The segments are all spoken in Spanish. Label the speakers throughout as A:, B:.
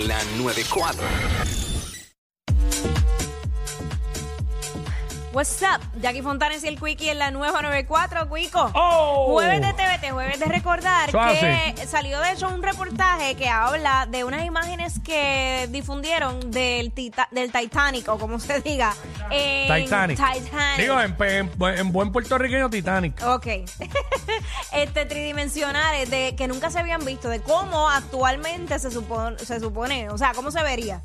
A: Cadena 94.
B: What's up? Jackie Fontanes y el Quickie en la nueva 94, Quico.
C: ¡Oh!
B: Jueves de TVT, jueves de recordar
C: Eso
B: que
C: hace.
B: salió de hecho un reportaje que habla de unas imágenes que difundieron del, tita- del Titanic, o como se diga. en
C: Titanic.
B: Titanic.
C: Digo, em. en, pe- en bu- en buen puertorriqueño, Titanic.
B: Ok. este tridimensionales de que nunca se habían visto, de cómo actualmente se supone, se supone, o sea, cómo se vería.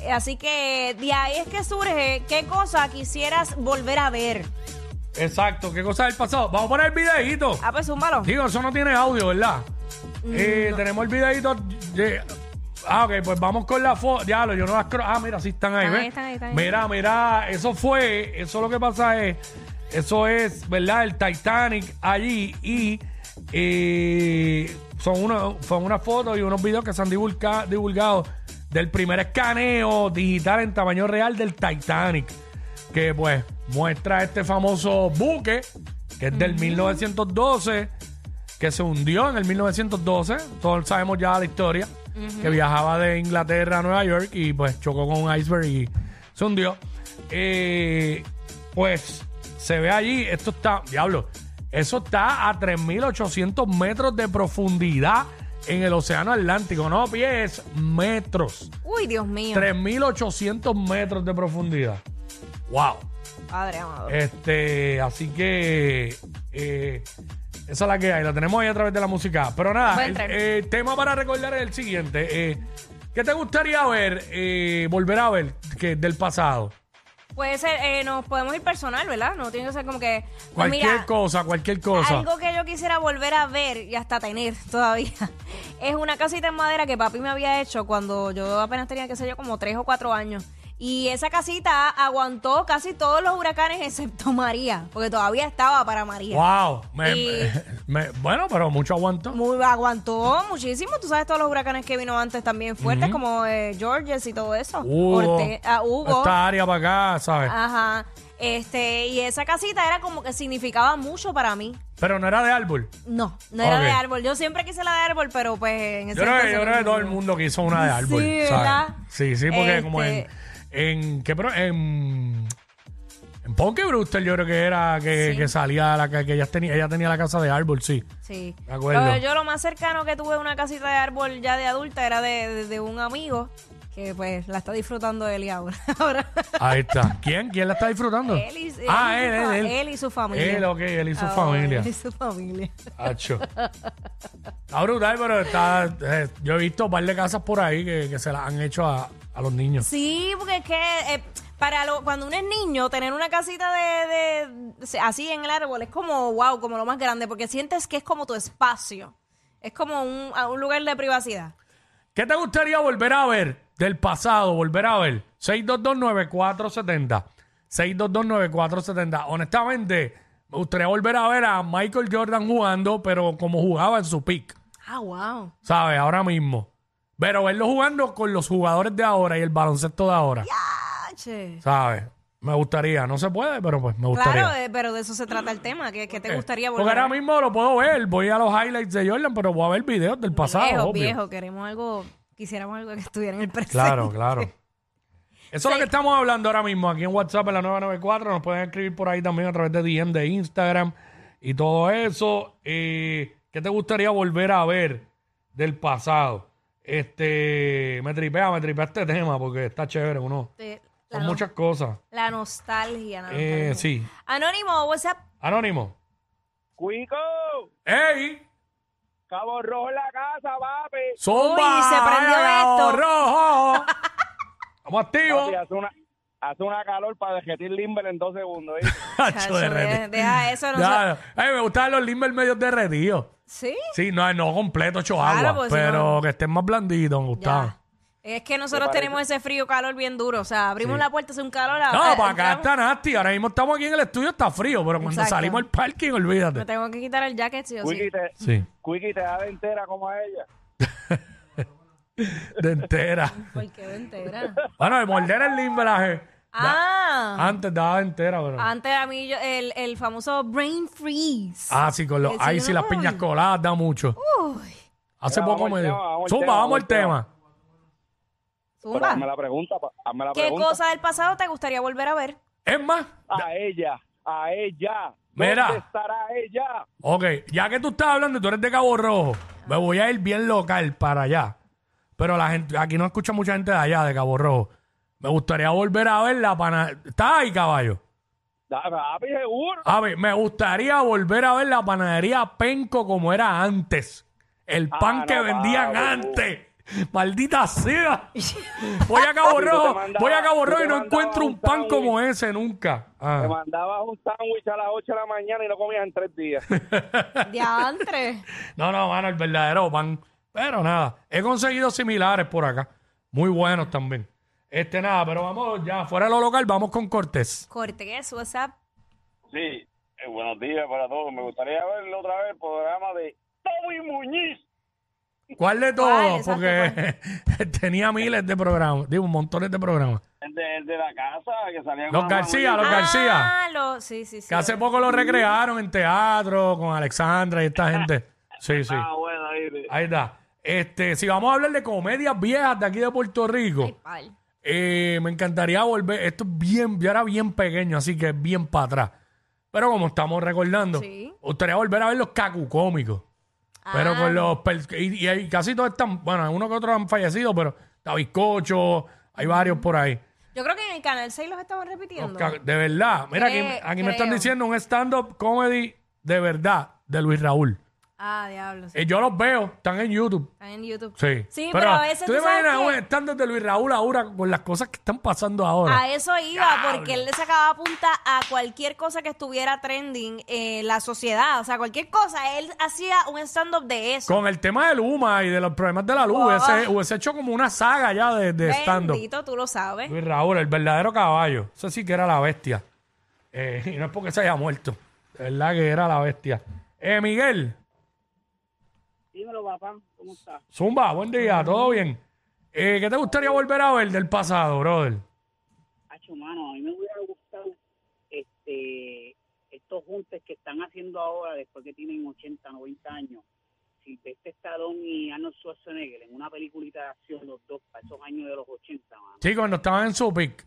B: Eh, Así que de ahí es que surge qué cosa quisieras volver a ver.
C: Exacto, qué cosa del pasado. Vamos a poner el videíto.
B: Ah, pues zúmbalo.
C: Digo, eso no tiene audio, ¿verdad?
B: Mm,
C: Eh, Tenemos el videíto. eh, Ah, ok, pues vamos con la foto. Diablo, yo no las cro- Ah, mira, sí están ahí,
B: Están ahí,
C: ¿ves?
B: están ahí, están ahí.
C: Mira, mira, eso fue, eso lo que pasa es, eso es, ¿verdad? El Titanic allí y eh, son, una, son unas fotos y unos videos que se han divulga- divulgado del primer escaneo digital en tamaño real del Titanic, que pues muestra este famoso buque, que es del 1912, que se hundió en el 1912, todos sabemos ya la historia, que viajaba de Inglaterra a Nueva York y pues chocó con un iceberg y se hundió. Eh, pues se ve allí, esto está, diablo, eso está a 3.800 metros de profundidad en el Océano Atlántico, no pies, metros.
B: Uy, Dios mío.
C: 3.800 metros de profundidad. ¡Wow!
B: Padre amado.
C: Este, así que eh, esa es la que hay, la tenemos ahí a través de la música. Pero nada,
B: Buen
C: el,
B: tren.
C: eh, tema para recordar es el siguiente. eh, ¿Qué te gustaría ver, eh, volver a ver que, del pasado?
B: Puede ser, eh, nos podemos ir personal, ¿verdad? No tiene que ser como que. pues
C: Cualquier
B: mira,
C: cosa, cualquier cosa.
B: Algo que yo quisiera volver a ver y hasta tener todavía es una casita en madera que papi me había hecho cuando yo apenas tenía, qué sé yo, como tres o cuatro años. Y esa casita aguantó casi todos los huracanes excepto María, porque todavía estaba para María.
C: Wow. me-
B: Y-
C: me- bueno, pero mucho aguanto.
B: Muy, aguantó muchísimo. Tú sabes todos los huracanes que vino antes también fuertes, como eh, Georges y todo eso.
C: Hugo,
B: Orte- ah, Hugo. Ah.
C: Esta área para acá, ¿sabes?
B: Ajá. Este, y esa casita era como que significaba mucho para mí.
C: Pero no era de árbol.
B: No, no era
C: Ok.
B: de árbol. Yo siempre quise la de árbol, pero pues en ese
C: Yo creo, que-
B: entonces
C: yo creo que
B: no-
C: todo el mundo quiso una de árbol.
B: Sí,
C: ¿sabes?
B: ¿verdad?
C: Sí, sí, porque como en.
B: Este-
C: En, ¿qué, pro- en, en Ponke Brewster, yo creo que era que,
B: Sí.
C: que salía la ca- que ella tenía, ella tenía la casa de árbol, sí.
B: Sí.
C: Me acuerdo.
B: Pero yo lo más cercano que tuve a una casita de árbol ya de adulta era de, de- de un amigo que pues la está disfrutando él y ahora. ahora.
C: Ahí está. ¿Quién? ¿Quién la está disfrutando?
B: Él y, él
C: ah,
B: y su
C: él, él,
B: fa-
C: él.
B: él y su familia.
C: Él, ok, él y su
B: Ah,
C: familia.
B: Él y su familia.
C: Acho. Está brutal, pero está. eh, yo he visto un par de casas por ahí que, que se las han hecho a, a los niños.
B: Sí, porque es que eh, para lo- cuando uno es niño, tener una casita de, de- así en el árbol es como, wow, como lo más grande, porque sientes que es como tu espacio. Es como un, a un lugar de privacidad.
C: ¿Qué te gustaría volver a ver del pasado? Volver a ver. 6229470. 6229470. Honestamente, me gustaría volver a ver a Michael Jordan jugando, pero como jugaba en su pick,
B: Ah, wow.
C: ¿sabes? Ahora mismo. Pero verlo jugando con los jugadores de ahora y el baloncesto de ahora, ¿sabes? Me gustaría. No se puede, pero pues me gustaría. Eh,
B: Claro, eh, pero de eso se trata el tema, que, que te gustaría volver.
C: Porque
B: a
C: ahora
B: ver.
C: mismo lo puedo ver. Voy a los highlights de Jordan, pero voy a ver videos del pasado,
B: viejo,
C: obvio.
B: viejo, queremos algo, quisiéramos algo que estuviera en el presente.
C: Claro, claro. Eso es lo que estamos hablando ahora mismo aquí en WhatsApp en la 994. Nos pueden escribir por ahí también a través de DM de Instagram y todo eso. Eh, ¿Qué te gustaría volver a ver del pasado? Este, me tripea, me tripea este tema porque está chévere, uno.
B: Este, La,
C: Son
B: no-
C: muchas cosas.
B: la nostalgia, la
C: Eh,
B: nostalgia.
C: sí.
B: Anónimo, WhatsApp.
C: Anónimo.
D: Cuico,
C: ¡Ey!
D: Cabo Rojo en la casa, papi.
C: ¡Zumba!
B: Uy, se prendió
C: ¡Ay,
B: esto.
C: rojo! ¡Estamos activos!
D: Papi, hace una, hace una calor para derretir Limber en dos segundos. ¿eh?
C: Hacho,
B: Chacho,
C: derretido.
B: de- deja eso, no
C: Ya, ay, me gustaban los Limber medios derretidos.
B: Sí.
C: Sí, no, no completo, ocho
B: Claro, pues,
C: aguas,
B: si
C: pero
B: no-
C: que estén más blanditos, me
B: Ya.
C: gustaba.
B: Es que nosotros
D: parece.
B: tenemos ese frío calor bien duro. O sea, abrimos
C: Sí.
B: la puerta, hace un calor. a-
C: No,
B: a-
C: para acá
B: entramos.
C: está nasty. Ahora mismo estamos aquí en el estudio, está frío, pero cuando
B: Exacto.
C: salimos al parking,
B: Me
C: olvídate.
B: tengo que quitar el jacket, sí o sí.
D: Cuiqui, te,
C: Sí,
D: Cuiqui, te da de entera como a ella.
C: de entera.
B: Porque de entera.
C: bueno, de morder el limberaje.
B: Ah,
C: Antes daba de entera, pero.
B: antes a mí yo- el, el famoso brain freeze.
C: Ah, sí, con los
B: Ese
C: ice y
B: no
C: las
B: lo
C: piñas
B: vi.
C: coladas da mucho.
B: Uy.
C: Hace
D: Mira,
C: poco
D: vamos al
C: me dio.
D: tema, vamos al
C: Zumba,
D: tema,
C: vamos al tema.
D: Pero hazme
B: Zumba.
D: la pregunta, pa- hazme la
B: ¿Qué
D: pregunta.
B: cosa del pasado te gustaría volver a ver?
C: Es más,
D: A ella, a ella.
C: Mira.
D: ¿Dónde estará ella?
C: ok, ya que tú estás hablando, tú eres de Cabo Rojo, me voy a ir bien local para allá. Pero la gente, aquí no escucha mucha gente de allá, de Cabo Rojo. Me gustaría volver a ver la pana... ¿Está ahí, caballo?
D: Da- Papi, seguro.
C: A ver, me gustaría volver a ver la panadería Penco como era antes. El pan
D: Ah,
C: que
D: no,
C: vendían
D: papi.
C: antes. Maldita sea. Voy a Cabo
D: Papi, tú te
C: Rojo,
D: mandabas-
C: voy a Cabo
D: tú
C: Rojo
D: te
C: y no
D: mandabas
C: encuentro
D: un
C: un pan
D: sándwich.
C: como ese nunca.
D: Te
C: Ah.
D: mandabas un sándwich a las 8 de la mañana y no comías en tres días.
B: Diantre.
C: No, no, mano, el verdadero pan. Pero nada, he conseguido similares por acá. Muy buenos también. Este nada, pero vamos ya, fuera de lo local, vamos con Cortés.
B: Cortés, WhatsApp.
D: Sí, eh, buenos días para todos. Me gustaría ver otra vez el programa de Tommy Muñiz.
C: ¿Cuál
B: ¿Cuál?
C: de todos?
B: Exacto, pues.
C: Porque tenía miles de programas, digo, montones de programas.
D: El de, el de la casa que salía con
C: Los
D: una
C: García,
D: muñeca.
C: los García.
B: Ah, lo- sí, sí, sí.
C: Que hace poco lo recrearon en teatro con Alexandra y esta gente. Sí, sí.
D: Ah, bueno, ahí, de-
C: Ahí está. Este, si vamos a hablar de comedias viejas de aquí de Puerto
B: Ay,
C: Rico,
B: pal.
C: eh, me encantaría volver. Esto es bien, yo era bien pequeño, así que es bien para atrás. Pero como estamos recordando,
B: Sí.
C: me gustaría volver a ver los cacucómicos. Pero
B: Ah.
C: con los. per- Y, y hay- casi todos están. Bueno, uno que otro han fallecido, pero está Bizcocho, hay varios por ahí.
B: Yo creo que en el canal 6 los estaban
C: Los
B: repitiendo.
C: ca- De verdad. Mira, aquí,
B: Cre-
C: aquí me están
B: Eh, creo.
C: diciendo un stand-up comedy de verdad de Luis Raúl.
B: Ah, diablo. sí.
C: Eh, yo los veo, están en YouTube.
B: Están en YouTube.
C: Sí.
B: Sí, pero, a veces.
C: ¿Tú te
B: sabes
C: imaginas
B: que-
C: un stand-up de Luis Raúl ahora con las cosas que están pasando ahora?
B: A eso iba, porque él le sacaba punta a cualquier cosa que estuviera trending en la sociedad. O sea, cualquier cosa. Él hacía un stand-up de eso.
C: Con el tema de Luma y de los problemas de la luz,
B: Wow.
C: hubiese, hubiese hecho como una saga ya de, de stand-up.
B: Bendito, tú lo sabes.
C: Luis Raúl, el verdadero caballo. Eso sí que era la bestia. Eh, y no es porque se haya muerto. De verdad que era la bestia. Eh, Miguel.
A: Dímelo, papá, ¿cómo estás?
C: Zumba, buen día, ¿todo bien? Eh, ¿Qué te gustaría volver a ver del pasado, brother?
A: Hacho, mano, a mí me hubiera gustado este, estos juntes que están haciendo ahora, después que tienen 80, 90 años. Silvestre Stallone y Arnold Schwarzenegger en una peliculita de acción, los dos, para esos años de los 80, mano.
C: Sí, cuando estaban en su pick.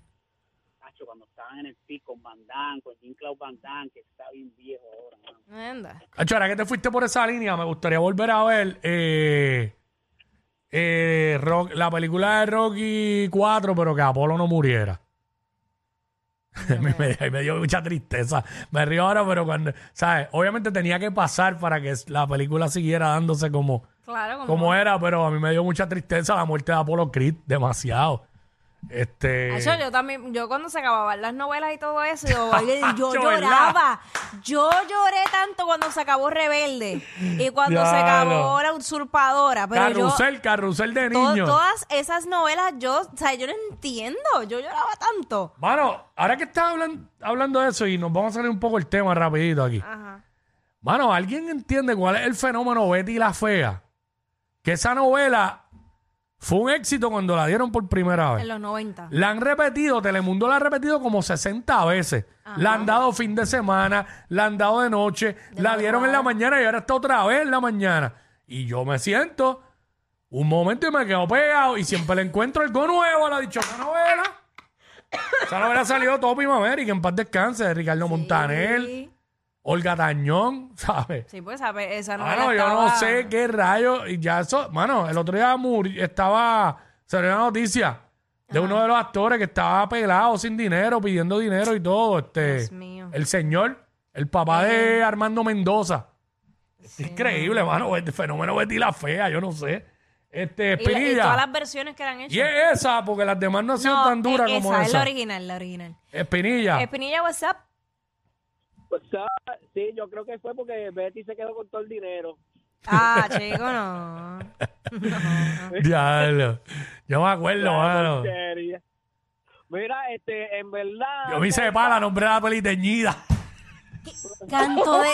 A: Hacho, cuando estaban en el pico, con Van Damme, con Jean-Claude Van Damme, que está bien viejo ahora, mano.
B: Anda.
C: Acho, ahora que te fuiste por esa línea, me gustaría volver a ver eh, eh, Rock- la película de Rocky 4, pero que Apolo no muriera. me, me- me dio mucha tristeza. Me río ahora, pero cuando, ¿sabes? Obviamente tenía que pasar para que la película siguiera dándose como,
B: Claro, como.
C: como era, pero a mí me dio mucha tristeza la muerte de Apolo Creed, demasiado. Este...
B: Acho, yo también, yo cuando se acababan las novelas y todo eso, yo, yo
C: Acho,
B: lloraba. Yo lloré tanto cuando se acabó Rebelde y cuando se
C: Diablo.
B: acabó La Usurpadora. Pero yo,
C: carrusel, carrusel de
B: to-
C: niños.
B: todas esas novelas, yo, o sea, yo no entiendo. Yo lloraba tanto.
C: Mano, ahora que estás hablan- hablando de eso y nos vamos a salir un poco el tema rapidito aquí.
B: Ajá.
C: Mano, ¿alguien entiende cuál es el fenómeno Betty la Fea? Que esa novela fue un éxito cuando la dieron por primera
B: En
C: vez.
B: los 90.
C: La han repetido, Telemundo la ha repetido como 60 veces. La han dado fin de semana, la han dado de noche, la dieron en la mañana y ahora está otra vez en la mañana. Y yo me siento un momento y me quedo pegado y siempre le encuentro algo nuevo a la dichosa novela. Esa novela salió Topi Mameri, que en paz descanse, de Ricardo Montaner,
B: Sí,
C: Olga Tañón, ¿sabes?
B: Sí, pues esa, esa novela
C: Mano, yo
B: estaba-
C: Ah, no sé qué rayo. Y ya eso, mano, el otro día muri- estaba, salió una noticia de uno de los actores que estaba pelado sin dinero, pidiendo dinero y todo. Este,
B: Dios mío.
C: El señor, el papá de Armando Mendoza. Es increíble, mano. El fenómeno Betty la fea, yo no sé. Este,
B: Y, la- y todas
C: Espinilla.
B: las versiones que eran hechas.
C: Y, es esa, porque las demás no han sido
B: No,
C: tan duras
B: e-
C: como
B: esa,
C: esa. Ah.
B: es la original, la original.
C: Espinilla.
B: Espinilla WhatsApp.
A: Pues, ah, sí, yo creo que fue porque Betty se quedó con todo el dinero.
B: Ah, chico, no. No.
C: Diablo. Yo me acuerdo, mano.
A: Porquería. Mira, este, en verdad...
C: Yo me hice pala, nombré la peli teñida.
B: Canto de.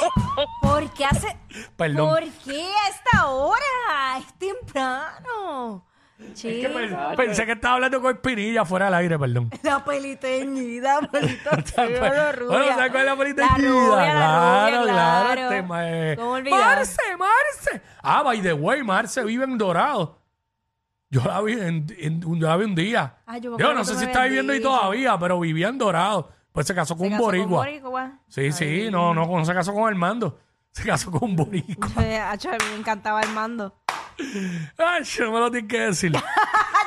B: ¿Por qué hace.?
C: Perdón.
B: ¿Por qué a esta hora? Es temprano. Chico.
C: Pens- Pensé que estaba hablando con Espinilla fuera del aire, perdón.
B: La pelita teñida, pelita teñida, la rubia.
C: Bueno, ¿sabes cuál es la pelita
B: La
C: teñida?
B: rubia, la
C: Claro,
B: rubia,
C: claro, este
B: claro.
C: tema es-
B: ¿Cómo olvidar?
C: Marce, Marce. Ah, by the way, Marce vive en Dorado. Yo la vi, en, en- yo la vi un día.
B: Ay, yo me
C: Digo,
B: acuerdo
C: no
B: que
C: sé
B: tú
C: si
B: me
C: está
B: habías
C: viviendo ahí
B: dicho.
C: todavía, pero vivía en Dorado. Pues se casó con un boricua. Sí, sí, no, no, no se casó con Armando. Se casó con un boricua.
B: Acho, a mí eh, me encantaba Armando.
C: Ay, no me lo tienes que decir.
B: Ah,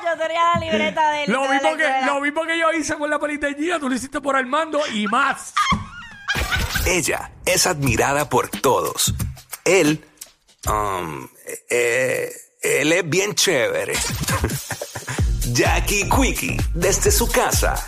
B: yo tenía la libreta de él.
C: Lo
B: de la
C: mismo, que,
B: escuela.
C: lo mismo que yo hice con la pelita de Gina, tú lo hiciste por Armando y más.
E: Ella es admirada por todos. Él, um, eh, él es bien chévere. Jackie Quickie, desde su casa.